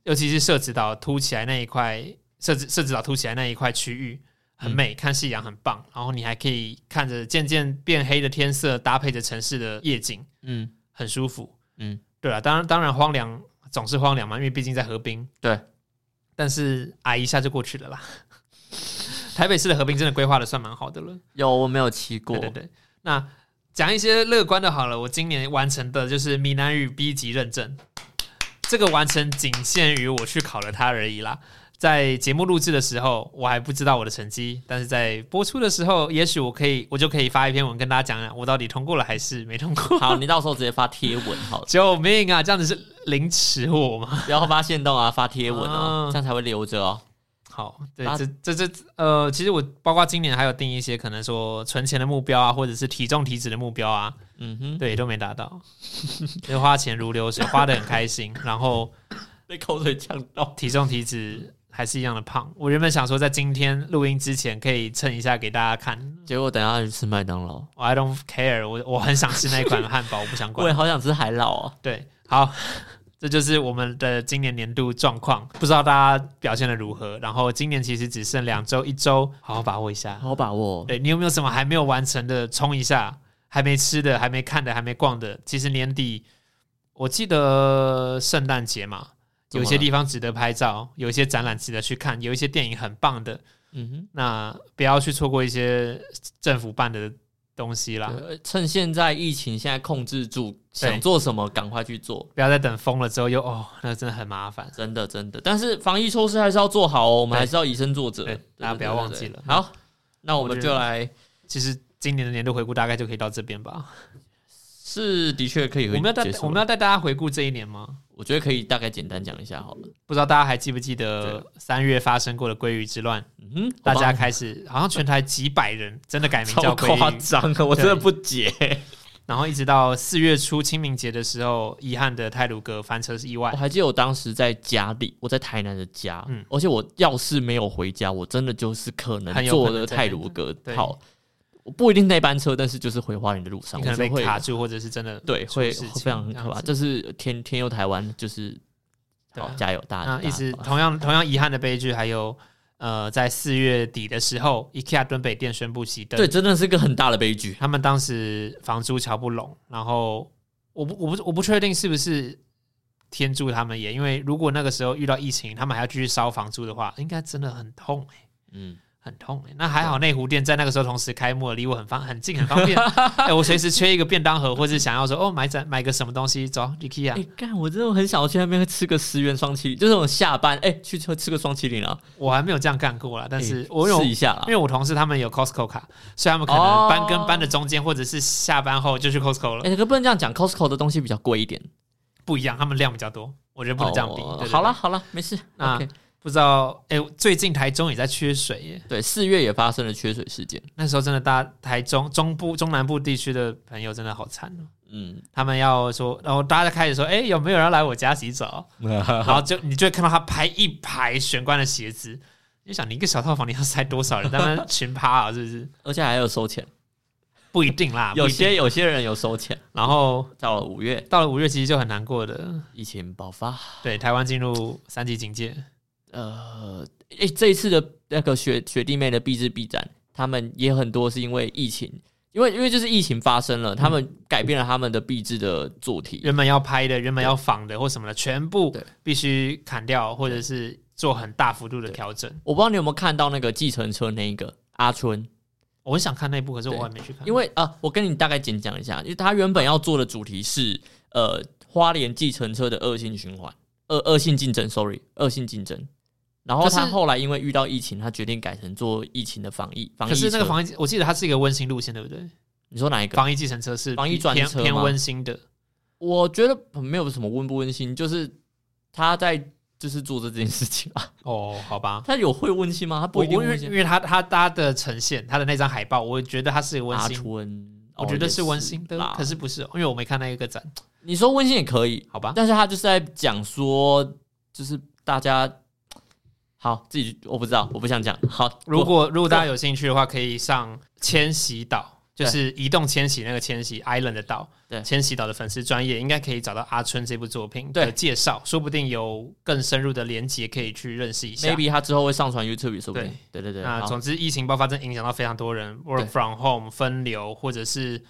[SPEAKER 2] 尤其是社子岛凸起来那一块，社子社子岛凸起来那一块区域很美，看夕阳很棒。然后你还可以看着渐渐变黑的天色，搭配着城市的夜景，
[SPEAKER 1] 嗯，
[SPEAKER 2] 很舒服。
[SPEAKER 1] 嗯，
[SPEAKER 2] 对啦，当然当然荒凉总是荒凉嘛，因为毕竟在河滨。
[SPEAKER 1] 对，
[SPEAKER 2] 但是挨一下就过去了啦。 台北市的河滨真的规划的算蛮好的了。
[SPEAKER 1] 有我没有骑过，
[SPEAKER 2] 对对对，那讲一些乐观的好了。我今年完成的就是闽南语 B 级认证，这个完成仅限于我去考了它而已啦。在节目录制的时候，我还不知道我的成绩，但是在播出的时候，也许我可以，我就可以发一篇文跟大家讲讲我到底通过了还是没通过。
[SPEAKER 1] 好，你到时候直接发贴文好 了，
[SPEAKER 2] 救命啊！这样子是凌迟我 吗？
[SPEAKER 1] 不要发现动啊，发贴文哦，
[SPEAKER 2] 啊
[SPEAKER 1] 这样才会留着哦。
[SPEAKER 2] 好，对，
[SPEAKER 1] 啊
[SPEAKER 2] 这这这呃，其实我包括今年还有定一些可能说存钱的目标啊，或者是体重体脂的目标啊，
[SPEAKER 1] 嗯哼，
[SPEAKER 2] 对，都没达到， 就花钱如流水，花的很开心，然后
[SPEAKER 1] 被口水呛到。
[SPEAKER 2] 体重体脂还是一样的胖。我原本想说在今天录音之前可以称一下给大家看
[SPEAKER 1] 结果等一下去吃麦当劳，
[SPEAKER 2] 我，I don't care，我我很想吃那一款汉堡，我不想
[SPEAKER 1] 我也
[SPEAKER 2] 管。
[SPEAKER 1] 好想吃海老啊。
[SPEAKER 2] 对，好，这就是我们的今年年度状况，不知道大家表现的如何。然后今年其实只剩两周，一周，好好把握一下。
[SPEAKER 1] 好把握，哦
[SPEAKER 2] 对你有没有什么还没有完成的，冲一下？还没吃的，还没看的，还没逛的。其实年底，我记得圣诞节嘛，
[SPEAKER 1] 怎么
[SPEAKER 2] 有
[SPEAKER 1] 了
[SPEAKER 2] 些地方值得拍照，有一些展览值得去看，有一些电影很棒的。
[SPEAKER 1] 嗯
[SPEAKER 2] 那不要去错过一些政府办的东西啦
[SPEAKER 1] 哼，，对呃趁现在疫情现在控制住，
[SPEAKER 2] 对
[SPEAKER 1] 想做什么赶快去做，
[SPEAKER 2] 不要再等疯了之后又哦，那真的很麻烦。
[SPEAKER 1] 真的真的。但是防疫措施还是要做好哦，我们
[SPEAKER 2] 对
[SPEAKER 1] 还是要以身作则，
[SPEAKER 2] 对
[SPEAKER 1] 对
[SPEAKER 2] 大家不要
[SPEAKER 1] 对对
[SPEAKER 2] 忘记
[SPEAKER 1] 对
[SPEAKER 2] 了
[SPEAKER 1] 好，那我
[SPEAKER 2] 我
[SPEAKER 1] 们
[SPEAKER 2] 觉
[SPEAKER 1] 就
[SPEAKER 2] 得
[SPEAKER 1] 来，
[SPEAKER 2] 其实今年的年度回顾大概就可以到这边吧。
[SPEAKER 1] 是的确可以
[SPEAKER 2] 我
[SPEAKER 1] 回，
[SPEAKER 2] 们要带
[SPEAKER 1] 结束了
[SPEAKER 2] 我们要带大家回顾这一年吗？
[SPEAKER 1] 我觉得可以大概简单讲一下好了。
[SPEAKER 2] 不知道大家还记不记得三月发生过的鲑鱼之乱？
[SPEAKER 1] 嗯哼，
[SPEAKER 2] 大家
[SPEAKER 1] 好吧
[SPEAKER 2] 开始好像全台几百人真的改名
[SPEAKER 1] 超
[SPEAKER 2] 叫鲑
[SPEAKER 1] 夸
[SPEAKER 2] 鱼，
[SPEAKER 1] 张啊，我真的不解。
[SPEAKER 2] 然后一直到四月初清明节的时候，遗憾的泰鲁格翻车是意
[SPEAKER 1] 我
[SPEAKER 2] 外，
[SPEAKER 1] 还记得我当时在家里，我在台南的家，
[SPEAKER 2] 嗯
[SPEAKER 1] 而且我要是没有回家，我真的就是可能
[SPEAKER 2] 很有
[SPEAKER 1] 坐
[SPEAKER 2] 可能
[SPEAKER 1] 的
[SPEAKER 2] 在
[SPEAKER 1] 泰
[SPEAKER 2] 那
[SPEAKER 1] 鲁格
[SPEAKER 2] 对
[SPEAKER 1] 号，我不一定那班车，但是就是回花莲的路上，我
[SPEAKER 2] 你可能
[SPEAKER 1] 就
[SPEAKER 2] 被
[SPEAKER 1] 会
[SPEAKER 2] 卡住，或者是真的
[SPEAKER 1] 对，
[SPEAKER 2] 出
[SPEAKER 1] 会
[SPEAKER 2] 事
[SPEAKER 1] 会
[SPEAKER 2] 情
[SPEAKER 1] 非常可怕。
[SPEAKER 2] 这样子
[SPEAKER 1] 这是天天佑台湾，就是
[SPEAKER 2] 对啊
[SPEAKER 1] 好加油，大家
[SPEAKER 2] 那一直
[SPEAKER 1] 大家
[SPEAKER 2] 同样同样遗憾的悲剧，还有呃，在四月底的时候，IKEA 敦北店宣布熄灯，
[SPEAKER 1] 对，真的是个很大的悲剧。
[SPEAKER 2] 他们当时房租瞧不拢，然后我不我不我不确定是不是天助他们也，因为如果那个时候遇到疫情，他们还要继续烧房租的话，应该真的很痛、欸
[SPEAKER 1] 嗯，
[SPEAKER 2] 很痛、欸、那还好内湖店在那个时候同时开幕了，离我很方很近，很 方便。哎、我随时缺一个便当盒，或是想要说哦买盏买个什么东西，走 IKEA、
[SPEAKER 1] 哎，干，我真的很想要去那边吃个十元双麒麟，就是我下班哎去吃吃个双麒麟啊，
[SPEAKER 2] 我还没有这样干过啦，但是
[SPEAKER 1] 哎
[SPEAKER 2] 我有、
[SPEAKER 1] 试一下啦
[SPEAKER 2] 因。为我同事他们有 Costco 卡，所以他们可
[SPEAKER 1] 哦
[SPEAKER 2] 能班跟班的中间，或者是下班后就去 Costco 了，
[SPEAKER 1] 哎，可不能这样讲，Costco 的东西比较贵一点，
[SPEAKER 2] 不一样，他们量比较多，我觉得不能这样比。
[SPEAKER 1] 哦
[SPEAKER 2] 对对对
[SPEAKER 1] 好啦，好啦，没事。
[SPEAKER 2] 那
[SPEAKER 1] OK，
[SPEAKER 2] 不知道哎、最近台中也在缺水耶，
[SPEAKER 1] 对，四月也发生了缺水事件。
[SPEAKER 2] 那时候真的大家台中中部中南部地区的朋友真的好惨哦、
[SPEAKER 1] 嗯，
[SPEAKER 2] 他们要说，然后大家开始说，哎、有没有人要来我家洗澡？
[SPEAKER 1] 啊
[SPEAKER 2] 然后就你就会看到他排一排玄关的鞋子，你就想你一个小套房你要塞多少人？他们群趴啊，是不是？
[SPEAKER 1] 而且还有收钱，
[SPEAKER 2] 不一定啦，
[SPEAKER 1] 有
[SPEAKER 2] 啊不一定
[SPEAKER 1] 些有些人有收钱。
[SPEAKER 2] 然后
[SPEAKER 1] 到了五月，
[SPEAKER 2] 到了五月，其实就很难过的。
[SPEAKER 1] 疫情爆发，
[SPEAKER 2] 对，台湾进入三级警戒，
[SPEAKER 1] 呃，诶，这一次的那个学学弟妹的必知必展，他们也很多是因为疫情，因为因为就是疫情发生了，他
[SPEAKER 2] 嗯
[SPEAKER 1] 们改变了他们的必知的做题。
[SPEAKER 2] 原本要拍的、原本要仿的或什么的，全部
[SPEAKER 1] 对
[SPEAKER 2] 必须砍掉，或者是做很大幅度的调整。
[SPEAKER 1] 我不知道你有没有看到那个计程车那一个阿春，
[SPEAKER 2] 我很想看那一部，可是我
[SPEAKER 1] 对
[SPEAKER 2] 还没去看，
[SPEAKER 1] 因为啊、我跟你大概简讲一下，因为他原本要做的主题是呃花莲计程车的恶性循环，恶恶性竞争，sorry，恶性竞争。然后
[SPEAKER 2] 可是
[SPEAKER 1] 他后来因为遇到疫情，他决定改成做疫情的防疫防疫
[SPEAKER 2] 可
[SPEAKER 1] 车。
[SPEAKER 2] 是那个防疫，我记得它是一个温馨路线，对不对？
[SPEAKER 1] 你说哪一个？
[SPEAKER 2] 防疫计程车是
[SPEAKER 1] 防疫专
[SPEAKER 2] 偏
[SPEAKER 1] 车
[SPEAKER 2] 偏
[SPEAKER 1] 吗
[SPEAKER 2] 温馨的，
[SPEAKER 1] 我觉得呃没有什么温不温馨，就是他在就是做这件事情 啊。
[SPEAKER 2] 哦，好吧。
[SPEAKER 1] 他有会温馨吗？他不
[SPEAKER 2] 我
[SPEAKER 1] 一定
[SPEAKER 2] 我因
[SPEAKER 1] 温
[SPEAKER 2] 为
[SPEAKER 1] 馨
[SPEAKER 2] 因。为它它它的呈现，它的那张海报，我觉得它是温
[SPEAKER 1] 阿
[SPEAKER 2] 馨，
[SPEAKER 1] 春，
[SPEAKER 2] 我
[SPEAKER 1] 哦
[SPEAKER 2] 觉得
[SPEAKER 1] 也
[SPEAKER 2] 是温馨的
[SPEAKER 1] 啦，
[SPEAKER 2] 可是不是，因为我没看那一个展，
[SPEAKER 1] 你说温馨也可以，
[SPEAKER 2] 好吧？
[SPEAKER 1] 但是他就是在讲说，就是大家好自己去我不知道，我不想讲。好，
[SPEAKER 2] 如
[SPEAKER 1] 我
[SPEAKER 2] 果如果大家有兴趣的话，可以上千禧岛，就是移动千禧那个千禧 Island 的岛，
[SPEAKER 1] 对
[SPEAKER 2] 千禧岛的粉丝专业应该可以找到阿春这部作品
[SPEAKER 1] 对
[SPEAKER 2] 的介绍，说不定有更深入的连接可以去认识一下。
[SPEAKER 1] maybe 他之后会上传 YouTube，说不定。对对对，
[SPEAKER 2] 那
[SPEAKER 1] 好
[SPEAKER 2] 总之，疫情爆发真的影响到非常多人，work
[SPEAKER 1] 对
[SPEAKER 2] from home 分流，或者是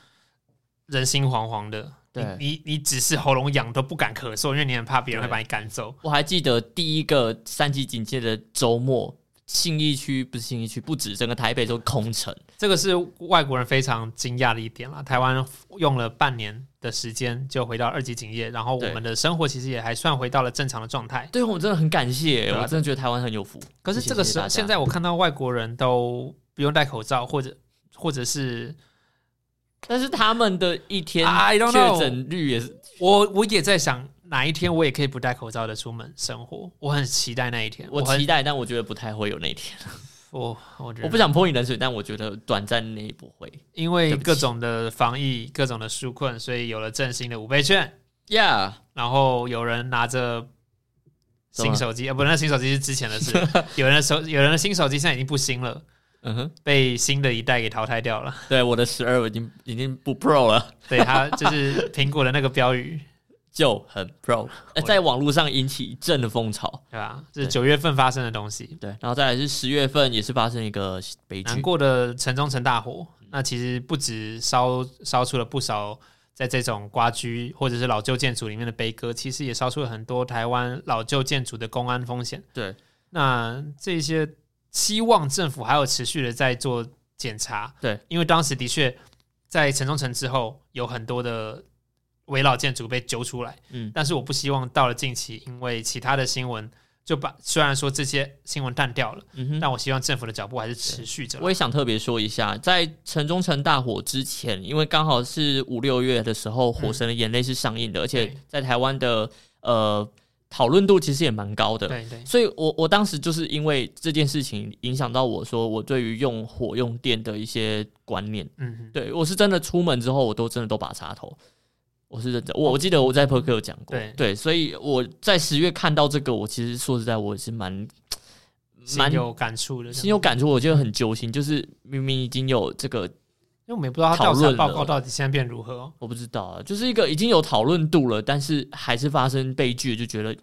[SPEAKER 2] 人心惶惶的。你
[SPEAKER 1] 对
[SPEAKER 2] 你你只是喉咙痒都不敢咳嗽，因为你很怕别人会把你赶走。
[SPEAKER 1] 我还记得第一个三级警戒的周末，信义区不是信义区，不止整个台北都空城。
[SPEAKER 2] 这个是外国人非常惊讶的一点啦。台湾用了半年的时间就回到二级警业，然后我
[SPEAKER 1] 对
[SPEAKER 2] 们的生活其实也还算回到了正常的状态。
[SPEAKER 1] 对我真的很感谢，
[SPEAKER 2] 对啊
[SPEAKER 1] 我真的觉得台湾很有福。
[SPEAKER 2] 可是
[SPEAKER 1] 谢谢
[SPEAKER 2] 这个时
[SPEAKER 1] 大
[SPEAKER 2] 候，
[SPEAKER 1] 家
[SPEAKER 2] 现在我看到外国人都不用戴口罩，或者或者是
[SPEAKER 1] 但是他们的一天
[SPEAKER 2] I don't
[SPEAKER 1] 确
[SPEAKER 2] know
[SPEAKER 1] 诊率也是，
[SPEAKER 2] 我我也在想，哪一天我也可以不戴口罩的出门生活，我很期待那一天。
[SPEAKER 1] 我啊
[SPEAKER 2] 很
[SPEAKER 1] 期待，但我觉得不太会有那一天。
[SPEAKER 2] 我我觉得
[SPEAKER 1] 我不想泼你冷水，但我觉得短暂内不会。
[SPEAKER 2] 因为各种的防疫、各种的纾困，所以有了振兴的五倍券，
[SPEAKER 1] Yeah，
[SPEAKER 2] 然后有人拿着
[SPEAKER 1] 什么
[SPEAKER 2] 新手机，呃，不，那新手机是之 前的事，有人的手，有人的新手机现在已经不新了，
[SPEAKER 1] 嗯哼。
[SPEAKER 2] 被新的一代给淘汰掉了。
[SPEAKER 1] 对，我的十二已经已经不 pro 了，
[SPEAKER 2] 对，它就是苹果的那个标语，
[SPEAKER 1] 就很 pro，呃在网络上引起一阵的风潮。
[SPEAKER 2] 对吧？这是
[SPEAKER 1] 对
[SPEAKER 2] 九月份发生的东西，
[SPEAKER 1] 对，然后再来是十月份也是发生一个悲
[SPEAKER 2] 难
[SPEAKER 1] 剧，
[SPEAKER 2] 过的城中城大火，那其实不止烧烧出了不少在这种瓜居或者是老旧建筑里面的悲歌，其实也烧出了很多台湾老旧建筑的公安风险。
[SPEAKER 1] 对，
[SPEAKER 2] 那这些希望政府还有持续的在做检查，
[SPEAKER 1] 对，
[SPEAKER 2] 因为当时的确在城中城之后有很多的围老建筑被揪出来，
[SPEAKER 1] 嗯，
[SPEAKER 2] 但是我不希望到了近期，因为其他的新闻就把虽然说这些新闻淡掉了，
[SPEAKER 1] 嗯哼。
[SPEAKER 2] 但我希望政府的脚步还是持续着啦。
[SPEAKER 1] 我也想特别说一下，在城中城大火之前，因为刚好是五六月的时候，《火神的眼泪》是上映的，而且
[SPEAKER 2] 对
[SPEAKER 1] 在台湾的呃讨论度其实也蛮高的。
[SPEAKER 2] 对对，
[SPEAKER 1] 所以我我当时就是因为这件事情影响到我说我对于用火用电的一些观念。
[SPEAKER 2] 嗯哼。
[SPEAKER 1] 对我是真的出门之后，我都真的都拔插头。我是认真，我我记得我在 p o k e 有讲过，
[SPEAKER 2] 对
[SPEAKER 1] 所以我在十月看到这个，我其实说实在，我是蛮
[SPEAKER 2] 心
[SPEAKER 1] 蛮
[SPEAKER 2] 有感触的，
[SPEAKER 1] 心有，感触，我觉得很揪心，就是明明已经有这个，
[SPEAKER 2] 因为我们也不知道他
[SPEAKER 1] 讨
[SPEAKER 2] 调查
[SPEAKER 1] 论
[SPEAKER 2] 报
[SPEAKER 1] 了
[SPEAKER 2] 告到底现在变如何哦。
[SPEAKER 1] 我不知道啊，就是一个已经有讨论度了，但是还是发生悲剧，就觉得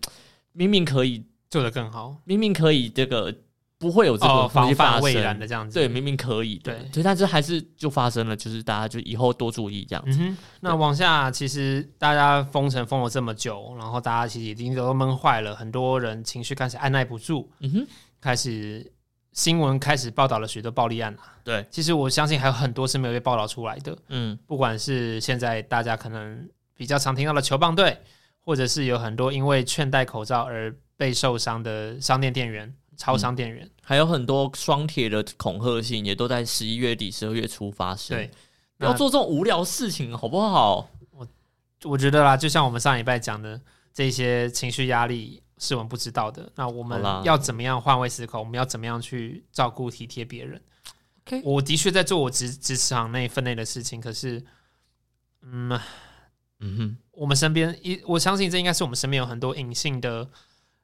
[SPEAKER 1] 明明可以，
[SPEAKER 2] 做得更好，
[SPEAKER 1] 明明可以这个不会有这个
[SPEAKER 2] 哦，
[SPEAKER 1] 东西发
[SPEAKER 2] 防范
[SPEAKER 1] 生，
[SPEAKER 2] 未然的这样子。
[SPEAKER 1] 对，明明可以的，
[SPEAKER 2] 对
[SPEAKER 1] 对，但是还是就发生了，就是大家就以后多注意这样子，
[SPEAKER 2] 嗯哼，那往下其实大家封城封了这么久，然后大家其实已经都闷坏了，很多人情绪开始按耐不住，
[SPEAKER 1] 嗯哼，
[SPEAKER 2] 开始新闻开始报道了许多暴力案啊。
[SPEAKER 1] 对，
[SPEAKER 2] 其实我相信还有很多是没有被报道出来的，
[SPEAKER 1] 嗯，
[SPEAKER 2] 不管是现在大家可能比较常听到的球棒队，或者是有很多因为劝戴口罩而被受伤的商店店员、
[SPEAKER 1] 嗯
[SPEAKER 2] 超商店员。
[SPEAKER 1] 还有很多双铁的恐吓信也都在十一月底、十二月初发生。
[SPEAKER 2] 对，
[SPEAKER 1] 不要
[SPEAKER 2] 那
[SPEAKER 1] 做这种无聊事情，好不好？
[SPEAKER 2] 我觉得啦，就像我们上礼拜讲的，这些情绪压力是我们不知道的。那我们
[SPEAKER 1] 好啦
[SPEAKER 2] 要怎么样换位思考？我们要怎么样去照顾体贴别人
[SPEAKER 1] OK
[SPEAKER 2] 我的确在做我职职场内分内的事情，可是，嗯，
[SPEAKER 1] 嗯哼，
[SPEAKER 2] 我们身边一，我相信这应该是我们身边有很多隐性的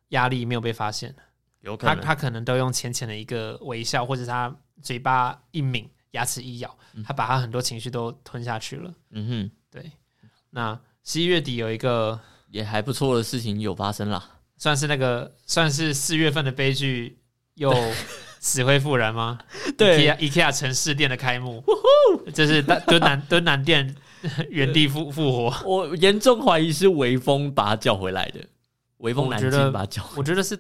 [SPEAKER 2] 压力没有被发现。
[SPEAKER 1] 有可
[SPEAKER 2] 他
[SPEAKER 1] 能。
[SPEAKER 2] 他可能都用浅浅的一个微笑，或者他嘴巴一抿，牙齿一咬，他把他很多情绪都吞下去了。
[SPEAKER 1] 嗯
[SPEAKER 2] 对，那十一月底有一个
[SPEAKER 1] 哼，也还不错的事情有发生啦。
[SPEAKER 2] 算是那个算是四月份的悲剧 又死灰复燃 吗？
[SPEAKER 1] 对
[SPEAKER 2] ，IKEA IKEA 城市店的开幕，这是大敦南敦南 店原地复复活。
[SPEAKER 1] 我严重怀疑是微风把他叫回来的，微风
[SPEAKER 2] 我
[SPEAKER 1] 南
[SPEAKER 2] 觉
[SPEAKER 1] 京
[SPEAKER 2] 得
[SPEAKER 1] 把他叫回
[SPEAKER 2] 我觉得是，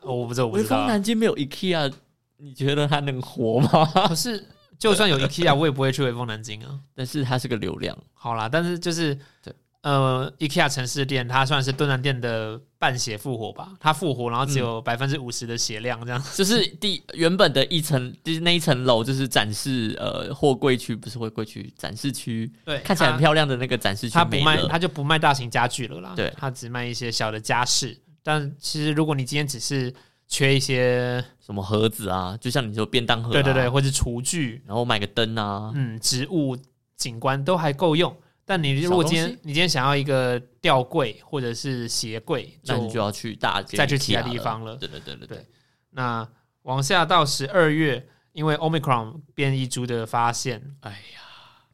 [SPEAKER 2] 哦我不知道，
[SPEAKER 1] 来。
[SPEAKER 2] 我不
[SPEAKER 1] 微
[SPEAKER 2] 知道
[SPEAKER 1] 风
[SPEAKER 2] 啊。
[SPEAKER 1] 南京没有 IKEA，你觉得他能活吗？
[SPEAKER 2] 可是就算有 IKEA，我也不会去威风南京啊。
[SPEAKER 1] 但是它是个流量，
[SPEAKER 2] 好啦，但是就是
[SPEAKER 1] 对
[SPEAKER 2] 呃，IKEA 城市店，它算是敦南店的半血复活吧，它复活，然后只
[SPEAKER 1] 嗯
[SPEAKER 2] 有百分之五十的血量这样。
[SPEAKER 1] 就是第原本的一层，就是那一层楼，就是展示呃货柜区，不是货柜区，展示区，
[SPEAKER 2] 对，
[SPEAKER 1] 看起来很
[SPEAKER 2] 亮。
[SPEAKER 1] 漂亮的那个展示区
[SPEAKER 2] 它不
[SPEAKER 1] 没
[SPEAKER 2] 卖，
[SPEAKER 1] 了。
[SPEAKER 2] 它就不卖大型家具了啦。
[SPEAKER 1] 对
[SPEAKER 2] 它只卖一些小的家饰。但其实如果你今天只是缺一些，
[SPEAKER 1] 什么盒子啊，就像你说便当盒、啊，
[SPEAKER 2] 对对对，，或是厨具，
[SPEAKER 1] 然后买个灯啊，
[SPEAKER 2] 嗯，植物景观都还够用。但你如果今
[SPEAKER 1] 小东
[SPEAKER 2] 天你今天想要一个吊柜或者是鞋柜，
[SPEAKER 1] 那你就要去大街
[SPEAKER 2] 再去其他
[SPEAKER 1] IKEA
[SPEAKER 2] 地方了
[SPEAKER 1] 对对对对对
[SPEAKER 2] 对，那往下到十二月，因为 Omicron 变异株的发现，
[SPEAKER 1] 哎
[SPEAKER 2] 呀，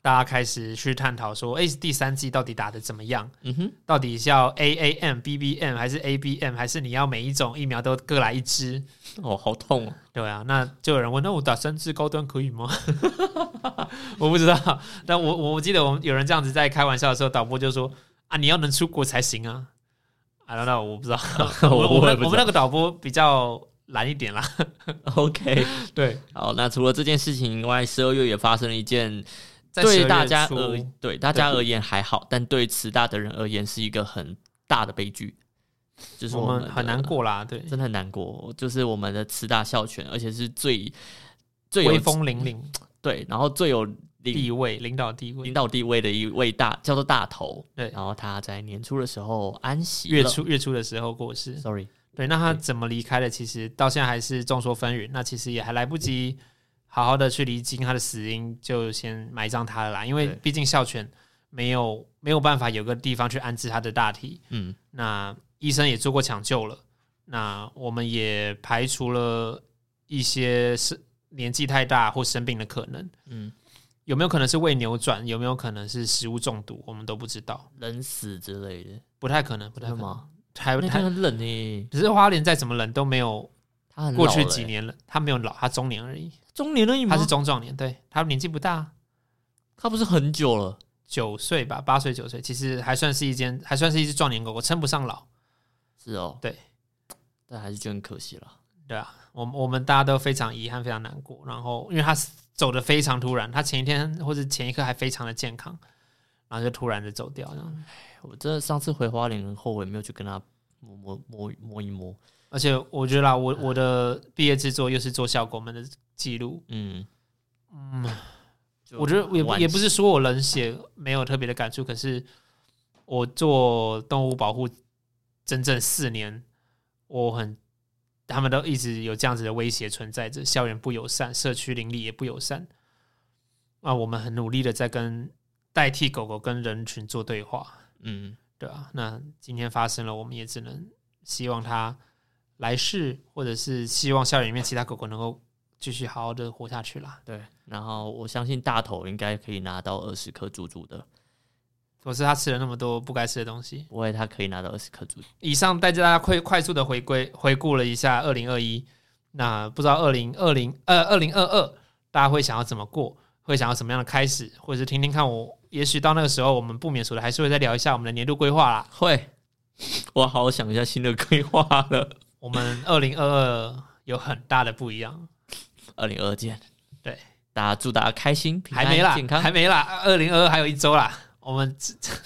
[SPEAKER 2] 大家开始去探讨说，哎、第三季到底打的怎么样？
[SPEAKER 1] 嗯哼，
[SPEAKER 2] 到底是要 A A M B B M 还是 A B M，还是你要每一种疫苗都各来一支？
[SPEAKER 1] 哦，好痛哦，
[SPEAKER 2] 对啊，那就有人问，那我打三支高端可以吗？ 我不知道，但我我我记得我们有人这样子在开玩笑的时候，导播就说啊，你要能出国才行啊。I don't know，我 不知道，我
[SPEAKER 1] 我也
[SPEAKER 2] 们
[SPEAKER 1] 不知道
[SPEAKER 2] 我们那个导播比较懒一点啦。
[SPEAKER 1] OK，
[SPEAKER 2] 对，
[SPEAKER 1] 好，那除了这件事情以外，十二月也发生了一件
[SPEAKER 2] 在12
[SPEAKER 1] 对
[SPEAKER 2] 月
[SPEAKER 1] 大家
[SPEAKER 2] 初
[SPEAKER 1] 而对大家而言还好，但对慈大的人而言是一个很大的悲剧，就是
[SPEAKER 2] 我
[SPEAKER 1] 们
[SPEAKER 2] 们很难
[SPEAKER 1] 的
[SPEAKER 2] 过啦，对，
[SPEAKER 1] 真的很难过，就是我们的慈大校犬，而且是最最有
[SPEAKER 2] 威风凛凛，
[SPEAKER 1] 对，然后最有领
[SPEAKER 2] 地位领导地位
[SPEAKER 1] 领，导地位的一位大叫做大头，
[SPEAKER 2] 对
[SPEAKER 1] 然后他在年初的时候安息
[SPEAKER 2] 月
[SPEAKER 1] 了
[SPEAKER 2] 初月初的时候过世，
[SPEAKER 1] ，sorry，
[SPEAKER 2] 对，那他怎么离开的？其实到现在还是众说纷纭。那其实也还来不及好好的去厘清他的死因，就先埋葬他了啦。因为
[SPEAKER 1] 对
[SPEAKER 2] 毕竟校犬没有没有办法有个地方去安置他的大体。
[SPEAKER 1] 嗯，
[SPEAKER 2] 那医生也做过抢救了，那我们也排除了一些是年纪太大或生病的可能。
[SPEAKER 1] 嗯，
[SPEAKER 2] 有没有可能是胃扭转？有没有可能是食物中毒？我们都不知道，
[SPEAKER 1] 冷死之类的，
[SPEAKER 2] 不太可能，不太
[SPEAKER 1] 真的
[SPEAKER 2] 可能。
[SPEAKER 1] 吗？
[SPEAKER 2] 台
[SPEAKER 1] 那天
[SPEAKER 2] 台
[SPEAKER 1] 很冷诶，
[SPEAKER 2] 只是花莲再怎么冷都没有
[SPEAKER 1] 他很
[SPEAKER 2] 过
[SPEAKER 1] 老
[SPEAKER 2] 去
[SPEAKER 1] 了
[SPEAKER 2] 几
[SPEAKER 1] 欸
[SPEAKER 2] 年了，他没有老，他中年而已，
[SPEAKER 1] 中年了，
[SPEAKER 2] 他是中壮年，对他年纪不大，
[SPEAKER 1] 他不是很久了，
[SPEAKER 2] 九岁吧，八岁九岁，其实还算是一间，还算是一只壮年狗狗，称不上老，
[SPEAKER 1] 是哦，
[SPEAKER 2] 对，
[SPEAKER 1] 但还是觉得很可惜了。
[SPEAKER 2] 对啊，我们我们大家都非常遗憾，非常难过。然后因为他走的非常突然，他前一天或者前一刻还非常的健康，然后就突然的走掉，这样。
[SPEAKER 1] 我真的上次回花莲很后悔没有去跟他摸摸摸摸一摸，
[SPEAKER 2] 而且我觉得啦，我我的毕业制作又是做校狗们的记录，
[SPEAKER 1] 嗯
[SPEAKER 2] 嗯，
[SPEAKER 1] 就
[SPEAKER 2] 我觉得也
[SPEAKER 1] 惋
[SPEAKER 2] 不
[SPEAKER 1] 惜
[SPEAKER 2] 也不是说我冷血没有特别的感触，可是我做动物保护整整四年，我很他们都一直有这样子的威胁存在着，校园不友善，社区邻里也不友善。啊，我们很努力的在跟代替狗狗跟人群做对话，
[SPEAKER 1] 嗯
[SPEAKER 2] 对啊，那今天发生了，我们也只能希望它来世，或者是希望校园里面其他狗狗能够继续好好的活下去啦。
[SPEAKER 1] 对。然后我相信大头应该可以拿到二十颗珠珠的，
[SPEAKER 2] 可是它吃了那么多不该吃的东西，
[SPEAKER 1] 不会他可以拿到二十颗珠珠。
[SPEAKER 2] 以上带着大家快快速的回归回顾了一下二零二一，那不知道二零二零呃二零二二大家会想要怎么过，会想要什么样的开始，或者是听听看我，也许到那个时候我们不免俗的还是会再聊一下我们的年度规划啦。
[SPEAKER 1] 会，我好好想一下新的规划了。
[SPEAKER 2] 我 们二零二二有很大的不一样，
[SPEAKER 1] 二零二见，
[SPEAKER 2] 对，
[SPEAKER 1] 大家祝大家开心、平
[SPEAKER 2] 还
[SPEAKER 1] 安、
[SPEAKER 2] 没啦
[SPEAKER 1] 健，康。
[SPEAKER 2] 还没啦，二零二二还有一周啦，我们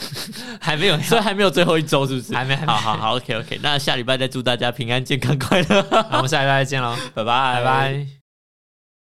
[SPEAKER 2] 还没有，
[SPEAKER 1] 所以还没有最后一周，是不是？
[SPEAKER 2] 还没还没
[SPEAKER 1] 好好好，OK OK。那下礼拜再祝大家平安、健康、快乐，
[SPEAKER 2] 那我们下礼拜再见喽，
[SPEAKER 1] 拜拜
[SPEAKER 2] 拜拜。